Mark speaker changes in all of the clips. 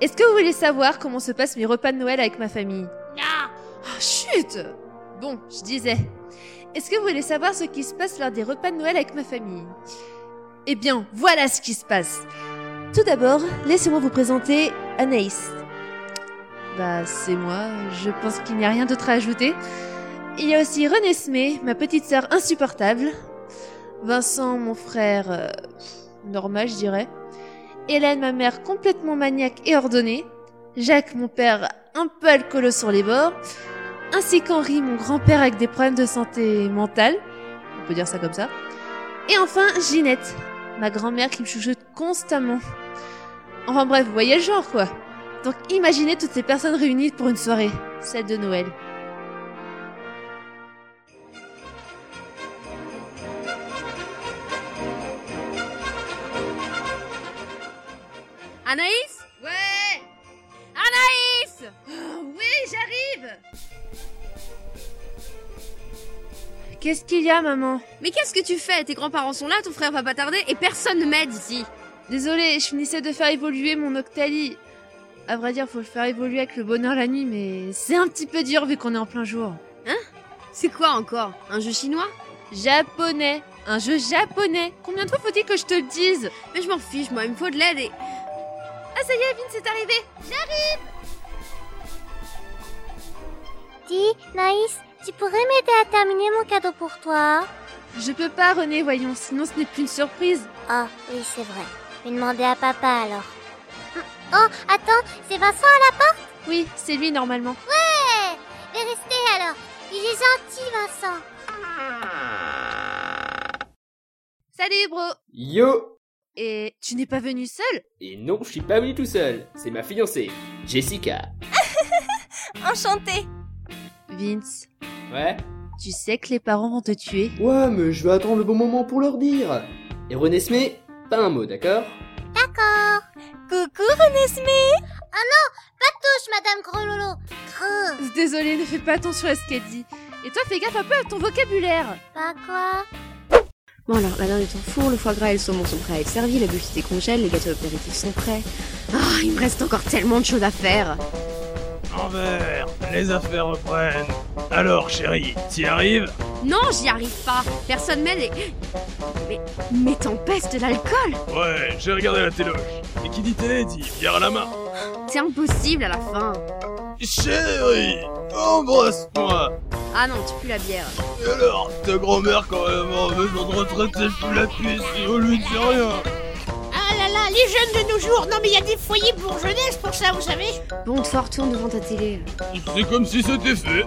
Speaker 1: Est-ce que vous voulez savoir comment se passent mes repas de Noël avec ma famille
Speaker 2: Non
Speaker 1: Ah chut Bon, je disais. Est-ce que vous voulez savoir ce qui se passe lors des repas de Noël avec ma famille Eh bien, voilà ce qui se passe. Tout d'abord, laissez-moi vous présenter Anaïs. Bah, c'est moi. Je pense qu'il n'y a rien d'autre à ajouter. Il y a aussi René Smé, ma petite sœur insupportable. Vincent, mon frère euh, normal, je dirais. Hélène, ma mère complètement maniaque et ordonnée. Jacques, mon père un peu alcoolo sur les bords. Ainsi qu'Henri, mon grand-père avec des problèmes de santé mentale. On peut dire ça comme ça. Et enfin, Ginette, ma grand-mère qui me chuchote constamment. Enfin bref, vous voyez le genre, quoi. Donc imaginez toutes ces personnes réunies pour une soirée, celle de Noël.
Speaker 2: Anaïs
Speaker 1: Ouais
Speaker 2: Anaïs
Speaker 1: Oui, j'arrive Qu'est-ce qu'il y a, maman
Speaker 2: Mais qu'est-ce que tu fais Tes grands-parents sont là, ton frère va pas tarder et personne ne m'aide ici.
Speaker 1: Désolée, je finissais de faire évoluer mon Octali. À vrai dire, faut le faire évoluer avec le bonheur la nuit, mais c'est un petit peu dur vu qu'on est en plein jour.
Speaker 2: C'est quoi encore Un jeu chinois
Speaker 1: Japonais Un jeu japonais Combien de fois faut-il que je te le dise
Speaker 2: Mais je m'en fiche, moi, il me faut de l'aide et...
Speaker 1: Ah, ça y est, Vin, c'est arrivé
Speaker 3: Dis, Naïs, tu pourrais m'aider à terminer mon cadeau pour toi
Speaker 1: Je peux pas, René, voyons, sinon ce n'est plus une surprise.
Speaker 3: Ah, oui, c'est vrai. Je vais demander à papa alors. Hum, Oh, attends, c'est Vincent à la porte
Speaker 1: Oui, c'est lui normalement.
Speaker 3: Hey, Vais rester alors. Il est gentil, Vincent.
Speaker 1: Salut, bro
Speaker 4: Yo
Speaker 1: Et tu n'es pas venu seul
Speaker 4: Et non, je suis pas venu tout seul, c'est ma fiancée, Jessica.
Speaker 5: Enchantée
Speaker 1: Vince,
Speaker 4: Ouais
Speaker 1: tu sais que les parents vont te tuer
Speaker 4: Ouais, mais je vais attendre le bon moment pour leur dire. Et René Smé, pas un mot, d'accord
Speaker 3: D'accord. Oh
Speaker 5: Coucou René Smith
Speaker 3: Pas de touche, Madame Grelolo. Creux.
Speaker 1: Désolée, ne fais pas attention à ce qu'elle dit. Et toi, fais gaffe un peu à ton vocabulaire
Speaker 3: Pas quoi
Speaker 6: Bon alors, la dinde est au four, le foie gras et le saumon sont prêts à être servis, la buffet est congèle, les gâteaux apéritifs sont prêts. Ah,
Speaker 2: Oh,
Speaker 6: il me reste encore tellement de choses à faire
Speaker 7: Envers, les affaires reprennent. Alors, chérie, t'y arrives
Speaker 2: Non, j'y arrive pas. Personne m'aide et...
Speaker 6: Mais tempeste de l'alcool
Speaker 7: Ouais, j'ai regardé la téloche. Et qui dit télé dit bière à la main.
Speaker 2: C'est impossible à la fin.
Speaker 7: Chérie, embrasse-moi.
Speaker 2: Ah non, tu pues la bière.
Speaker 7: Et alors, ta grand-mère, quand elle est en maison de retraite, elle fout la cuisse et on lui dit rien.
Speaker 8: Ah là là, les jeunes de nos jours Non mais il y a des foyers pour jeunesse pour ça, vous savez
Speaker 6: Bon, toi, retourne devant ta télé.
Speaker 7: C'est comme si c'était fait.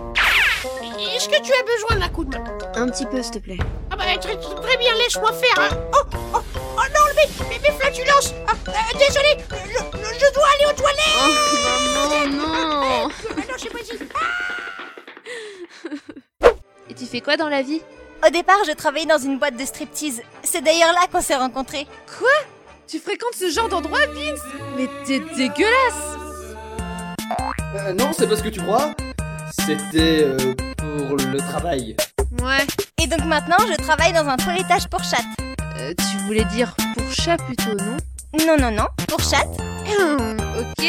Speaker 8: Est-ce que tu as besoin d'un coup de main
Speaker 6: Un petit peu, s'il te plaît.
Speaker 8: Ah bah très, très bien, laisse-moi faire hein. Oh, oh, oh non, mais, mais mes flatulences ah, euh, Désolé, je, je dois aller aux toilettes
Speaker 2: Oh non, non
Speaker 8: Ah non, j'ai pas dit
Speaker 1: Et tu fais quoi dans la vie
Speaker 5: Au départ, je travaillais dans une boîte de striptease. C'est d'ailleurs là qu'on s'est rencontrés.
Speaker 1: Tu fréquentes ce genre d'endroit, Vince Mais t'es dégueulasse
Speaker 4: Euh, non, c'est pas ce que tu crois C'était euh, pour le travail.
Speaker 1: Ouais,
Speaker 5: Et donc maintenant, je travaille dans un toilettage pour chatte.
Speaker 1: euh, tu voulais dire pour chat plutôt, non
Speaker 5: Non, non, non, pour chatte.
Speaker 1: Hum, Ok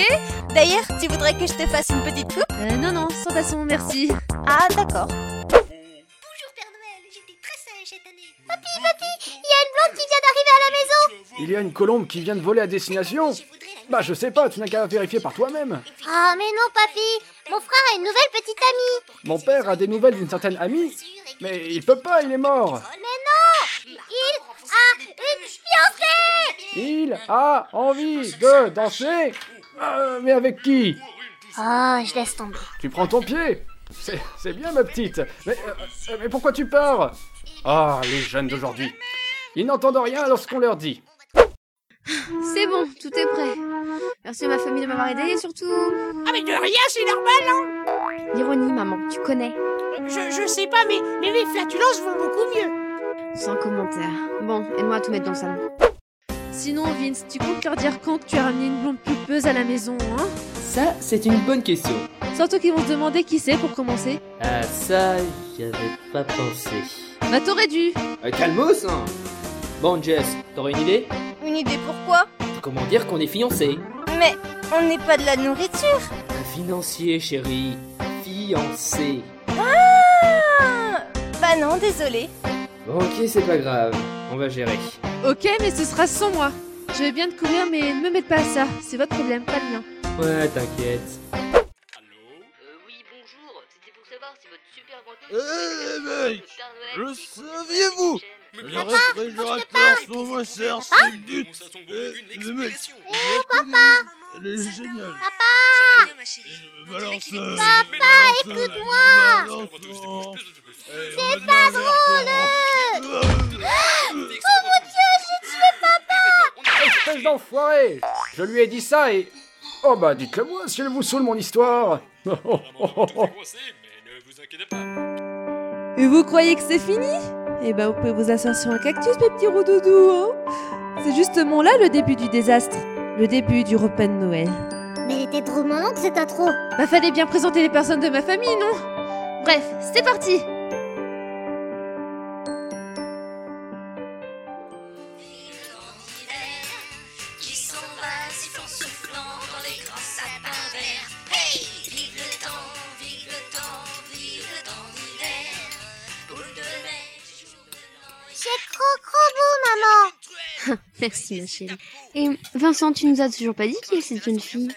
Speaker 5: D'ailleurs, tu voudrais que je te fasse une petite coupe
Speaker 1: Euh, Non, non, sans façon, merci.
Speaker 5: Ah, d'accord.
Speaker 3: Bonjour, Père Noël. J'étais très sage cette année. Papi, papi, il y a une blonde qui vient d'arriver à la maison.
Speaker 9: Il y a une colombe qui vient de voler à destination Bah je sais pas, tu n'as qu'à vérifier par toi-même.
Speaker 3: Ah, mais non, papi. Mon frère a une nouvelle petite amie.
Speaker 9: Mon père a des nouvelles d'une certaine amie, mais il peut pas, il est mort.
Speaker 3: Il a une fiancée.
Speaker 9: Il a envie de danser Euh, Mais avec qui
Speaker 3: Oh, je laisse tomber.
Speaker 9: Tu prends ton pied C'est c'est bien ma petite Mais, euh, mais pourquoi tu pars Ah, les jeunes d'aujourd'hui. Ils n'entendent rien lorsqu'on leur dit.
Speaker 2: C'est bon, tout est prêt. Merci à ma famille de m'avoir aidé et surtout...
Speaker 8: Ah mais de rien, c'est normal
Speaker 6: L'ironie, maman, tu connais.
Speaker 8: je, je sais pas, mais, mais les flatulences vont beaucoup mieux
Speaker 6: Sans commentaire. Bon, aide-moi à tout mettre dans le salon.
Speaker 1: Sinon, Vince, tu comptes leur dire quand que tu as ramené une blonde pulpeuse à la maison, hein
Speaker 4: Ça, c'est une bonne question.
Speaker 1: Surtout qu'ils vont se demander qui c'est pour commencer.
Speaker 10: Ah ça, j'y avais pas pensé.
Speaker 1: Bah, t'aurais dû
Speaker 4: Euh, calmos, hein Bon, Jess, t'aurais une idée
Speaker 5: Une idée pourquoi
Speaker 4: Comment dire qu'on est fiancés
Speaker 5: Mais On n'est pas de la nourriture
Speaker 10: Un financier, chérie. Fiancé.
Speaker 5: Ah Bah non, désolé.
Speaker 10: Bon, ok, c'est pas grave. On va gérer.
Speaker 1: Ok, mais ce sera sans moi. Je vais bien te courir, mais ne me mette pas à ça. C'est votre problème, pas le mien.
Speaker 10: Ouais, t'inquiète.
Speaker 7: Eh mec Le saviez-vous Le réfrigérateur sous vos serres, c'est du... Eh, le mec
Speaker 3: Hein Oh, papa
Speaker 7: Elle est géniale
Speaker 3: Papa
Speaker 7: Balance euh,
Speaker 3: Papa, écoute-moi
Speaker 7: euh,
Speaker 3: C'est pas drôle Oh mon dieu, j'ai tué papa
Speaker 9: Espèce d'enfoiré Je lui ai dit ça et... Oh bah dites-le moi si elle vous saoule mon histoire
Speaker 1: Et vous croyez que c'est fini Eh ben, vous pouvez vous asseoir sur un cactus, mes petits roudoudous, hein C'est justement là le début du désastre. Le début du repas de Noël.
Speaker 3: Mais elle était trop marrante cette intro
Speaker 1: Bah, fallait bien présenter les personnes de ma famille, non Bref, c'est parti
Speaker 3: qui s'en va, sifflant, soufflant dans les grands sapins verts. Hey Vive le temps, vive le temps, vive le temps d'hiver. Boule de neige, jour de l'an. C'est trop, trop beau, maman.
Speaker 2: Merci, ma chérie. Et Vincent, tu nous as toujours pas dit qui est cette jeune fille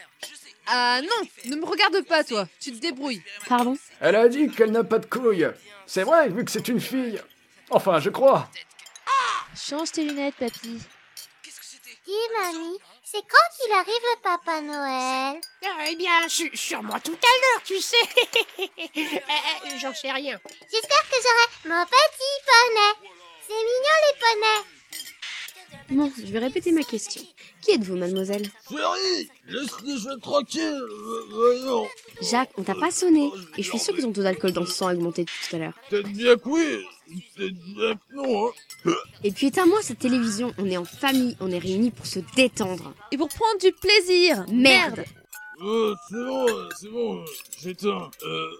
Speaker 1: Ah non Ne me regarde pas, toi Tu te débrouilles
Speaker 2: Pardon
Speaker 9: Elle a dit qu'elle n'a pas de couilles C'est vrai, vu que c'est une fille Enfin, je crois
Speaker 1: Change tes lunettes, papy.
Speaker 3: Dis, mamie, c'est quand qu'il arrive le Papa Noël
Speaker 8: Eh bien, su- sûrement tout à l'heure, tu sais. Euh, euh, J'en sais rien.
Speaker 3: J'espère que j'aurai mon petit poney. C'est mignon, les poneys.
Speaker 6: Bon, je vais répéter ma question. Qui êtes-vous, mademoiselle
Speaker 7: Euh, Chérie Laisse-les jouer tranquilles euh, Voyons
Speaker 6: Jacques, on t'a pas sonné. Et je suis sûre que ton taux d'alcool dans le sang a augmenté depuis tout à l'heure.
Speaker 7: T'es bien que oui T'es bien que non, hein
Speaker 6: Et puis éteins-moi cette télévision. On est en famille, on est réunis pour se détendre.
Speaker 1: Et pour prendre du plaisir
Speaker 6: Merde
Speaker 7: Euh, c'est bon, euh, c'est bon, euh, j'éteins. Euh,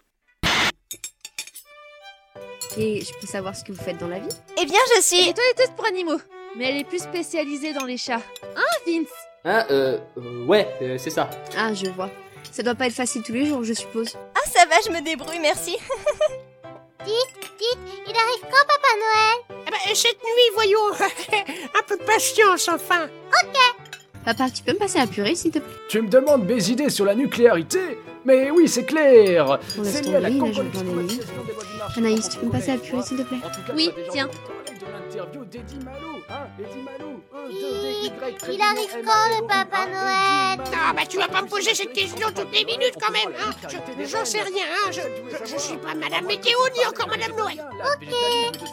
Speaker 6: Et je peux savoir ce que vous faites dans la vie
Speaker 5: Eh bien, je
Speaker 1: Et
Speaker 5: suis...
Speaker 1: toi, elle est pour animaux. Mais elle est plus spécialisée dans les chats. Hein, Vince
Speaker 10: Ah, euh, euh, ouais, euh, c'est ça.
Speaker 6: Ah, je vois. Ça doit pas être facile tous les jours, je suppose.
Speaker 5: Ah, ça va, je me débrouille, merci.
Speaker 3: Dites, il arrive quand Papa Noël
Speaker 8: Eh ben, cette nuit, voyons. Un peu de patience, enfin.
Speaker 6: Papa, tu peux me passer la purée, s'il te plaît
Speaker 9: Tu me demandes mes idées sur la nucléarité Mais oui, c'est clair
Speaker 6: On laisse
Speaker 9: C'est lié à la
Speaker 6: tomber, là, je
Speaker 9: complexe
Speaker 6: vais prendre
Speaker 9: automatisation des voies de marche.
Speaker 6: Anaïs, tu peux me passer la purée, s'il te plaît
Speaker 9: En tout cas,
Speaker 1: Oui,
Speaker 9: ça a déjà
Speaker 1: tiens.
Speaker 9: entendu parler de l'interview d'Eddie Malou, hein, Eddie Malou, E,
Speaker 3: Oui,
Speaker 9: 2, D, Y,
Speaker 3: il
Speaker 9: Président
Speaker 3: arrive
Speaker 9: M,
Speaker 3: quand, le
Speaker 9: O,
Speaker 3: Papa
Speaker 9: A, Eddie
Speaker 3: Noël
Speaker 9: Malou.
Speaker 8: Ah, bah, tu vas pas me poser cette question toutes les minutes, quand même. hein. Je- J'en sais rien. hein. Je, je, je suis pas Madame Météo, ni encore Madame Noël.
Speaker 9: Ok.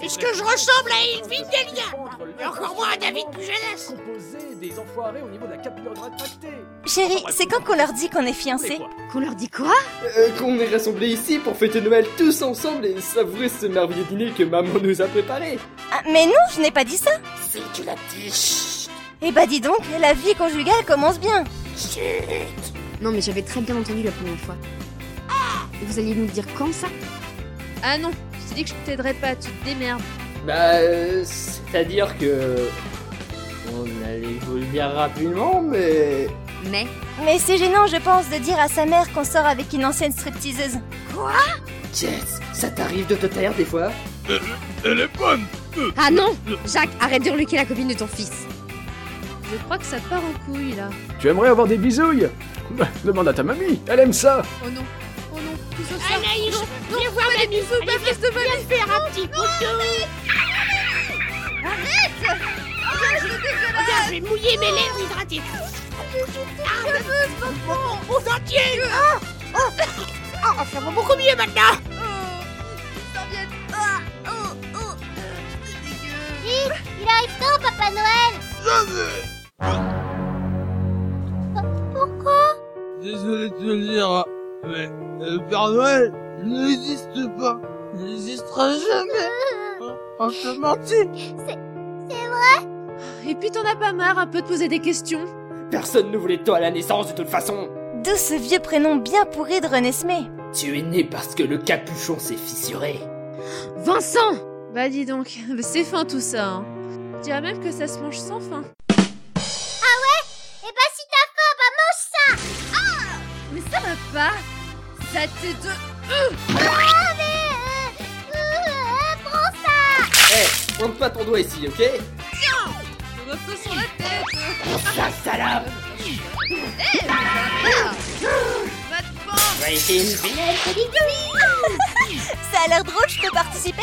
Speaker 8: Est-ce que je ressemble à Elvin Delia Et encore moins à David Pujadas
Speaker 9: Composé des enfoirés au niveau de la capillaire tractée.
Speaker 8: bah,
Speaker 5: Chérie, c'est quand qu'on leur dit qu'on est fiancés
Speaker 6: Qu'on leur dit quoi
Speaker 4: Euh, Qu'on est rassemblés ici pour fêter Noël tous ensemble et savourer ce merveilleux dîner que maman nous a préparé.
Speaker 5: Ah, mais non, je n'ai pas dit ça.
Speaker 8: Si tu l'as dit.
Speaker 5: Eh bah, dis donc, la vie conjugale commence bien.
Speaker 6: Non, mais j'avais très bien entendu la première fois. Et Vous alliez nous dire quand ça
Speaker 1: Ah non, je t'ai dit que je t'aiderais pas, tu te démerdes.
Speaker 10: Bah, euh, c'est-à-dire que... On allait vous le dire rapidement, mais...
Speaker 6: Mais
Speaker 5: Mais c'est gênant, je pense, de dire à sa mère qu'on sort avec une ancienne stripteaseuse.
Speaker 10: Jess, ça t'arrive de te taire des fois
Speaker 7: elle est bonne
Speaker 6: Ah non Jacques, arrête de hurler la copine de ton fils
Speaker 1: Je crois que ça part en couille, là.
Speaker 9: Tu aimerais avoir des bisouilles Bah, Demande à ta mamie, elle aime ça.
Speaker 1: Oh non, oh non, tout ça, ça...
Speaker 8: Anaïs, viens voir la nuit.
Speaker 1: Bisous, pas plus de bonne-
Speaker 8: Faire un petit poteau. Arrête Regarde, je vais mouiller mes lèvres hydratées. Ah, mon dentier Ah, ah, ah, ça va beaucoup mieux maintenant
Speaker 3: Il arrive quand Papa Noël
Speaker 7: Désolé de te le dire, mais le Père Noël n'existe pas. Il n'existera jamais. On- On te mentit.
Speaker 1: Et puis t'en as pas marre un peu de poser des questions
Speaker 10: Personne ne voulait de toi à la naissance, de toute façon
Speaker 5: D'où ce vieux prénom bien pourri de René Smé.
Speaker 10: Tu es né parce que le capuchon s'est fissuré.
Speaker 6: Vincent
Speaker 1: Bah dis donc, c'est fin tout ça. Hein. Je dirais même que ça se mange sans fin.
Speaker 3: Eh ben si t'as faim, bah mange ça
Speaker 1: Putain, pas Ça t'est de...
Speaker 3: Ah, mais... euh, euh, prends ça
Speaker 4: Eh, pointe pas ton doigt ici, ok
Speaker 1: On a peu sur la tête
Speaker 10: Ça, salope
Speaker 1: Eh, mais ça va Va te pendre
Speaker 10: Tu as été une vilaine
Speaker 5: Ça a l'air drôle, je peux participer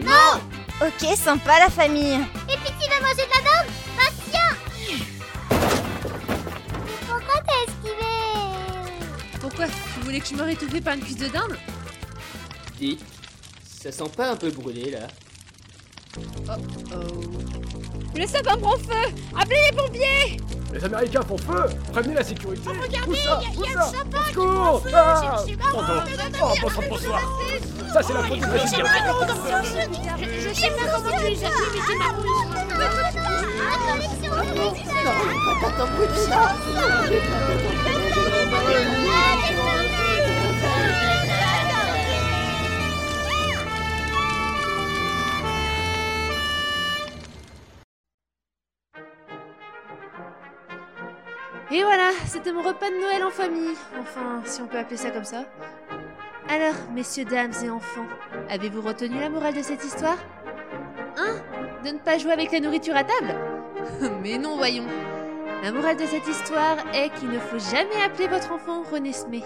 Speaker 3: Non
Speaker 5: Ok, sympa la famille.
Speaker 3: Et puis tu vas manger de la dinde Bastien Pourquoi t'as esquivé
Speaker 1: Pourquoi Tu voulais que je me rétouffais par une cuisse de dinde
Speaker 10: Dis, ça sent pas un peu brûlé là
Speaker 1: Oh.
Speaker 2: Le sapin prend feu Appelez les pompiers
Speaker 9: Les Américains font feu Prévenez la sécurité Où ça Où
Speaker 8: Oh, y a le
Speaker 9: ça
Speaker 8: sapin
Speaker 9: Au secours Ah Pardon. Oh, bon sang, bon sang. Ça,
Speaker 8: Oh,
Speaker 9: c'est la faute de la
Speaker 8: J'aime pas comment tu les Je sais pas comment tu les as dit, mais c'est ma
Speaker 1: Et voilà, c'était mon repas de Noël en famille. Enfin, si on peut appeler ça comme ça. Alors, messieurs, dames et enfants, avez-vous retenu la morale de cette histoire Hein De ne pas jouer avec la nourriture à table Mais non, voyons. La morale de cette histoire est qu'il ne faut jamais appeler votre enfant René Smé.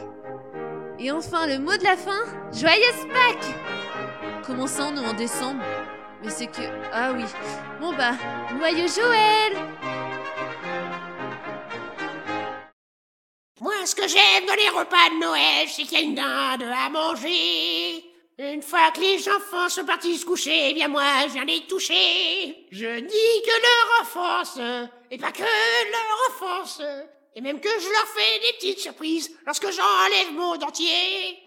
Speaker 1: Et enfin, le mot de la fin, joyeuse Pâques Comment ça, nous, en décembre Mais c'est que... Ah oui. Bon bah, noyeux Joël
Speaker 8: Moi, ce que j'aime dans les repas de Noël, c'est qu'il y a une dinde à manger. Une fois que les enfants sont partis se coucher, eh bien moi, je viens les toucher. Je dis que leur enfance, et pas que leur enfance, et même que je leur fais des petites surprises lorsque j'enlève mon dentier.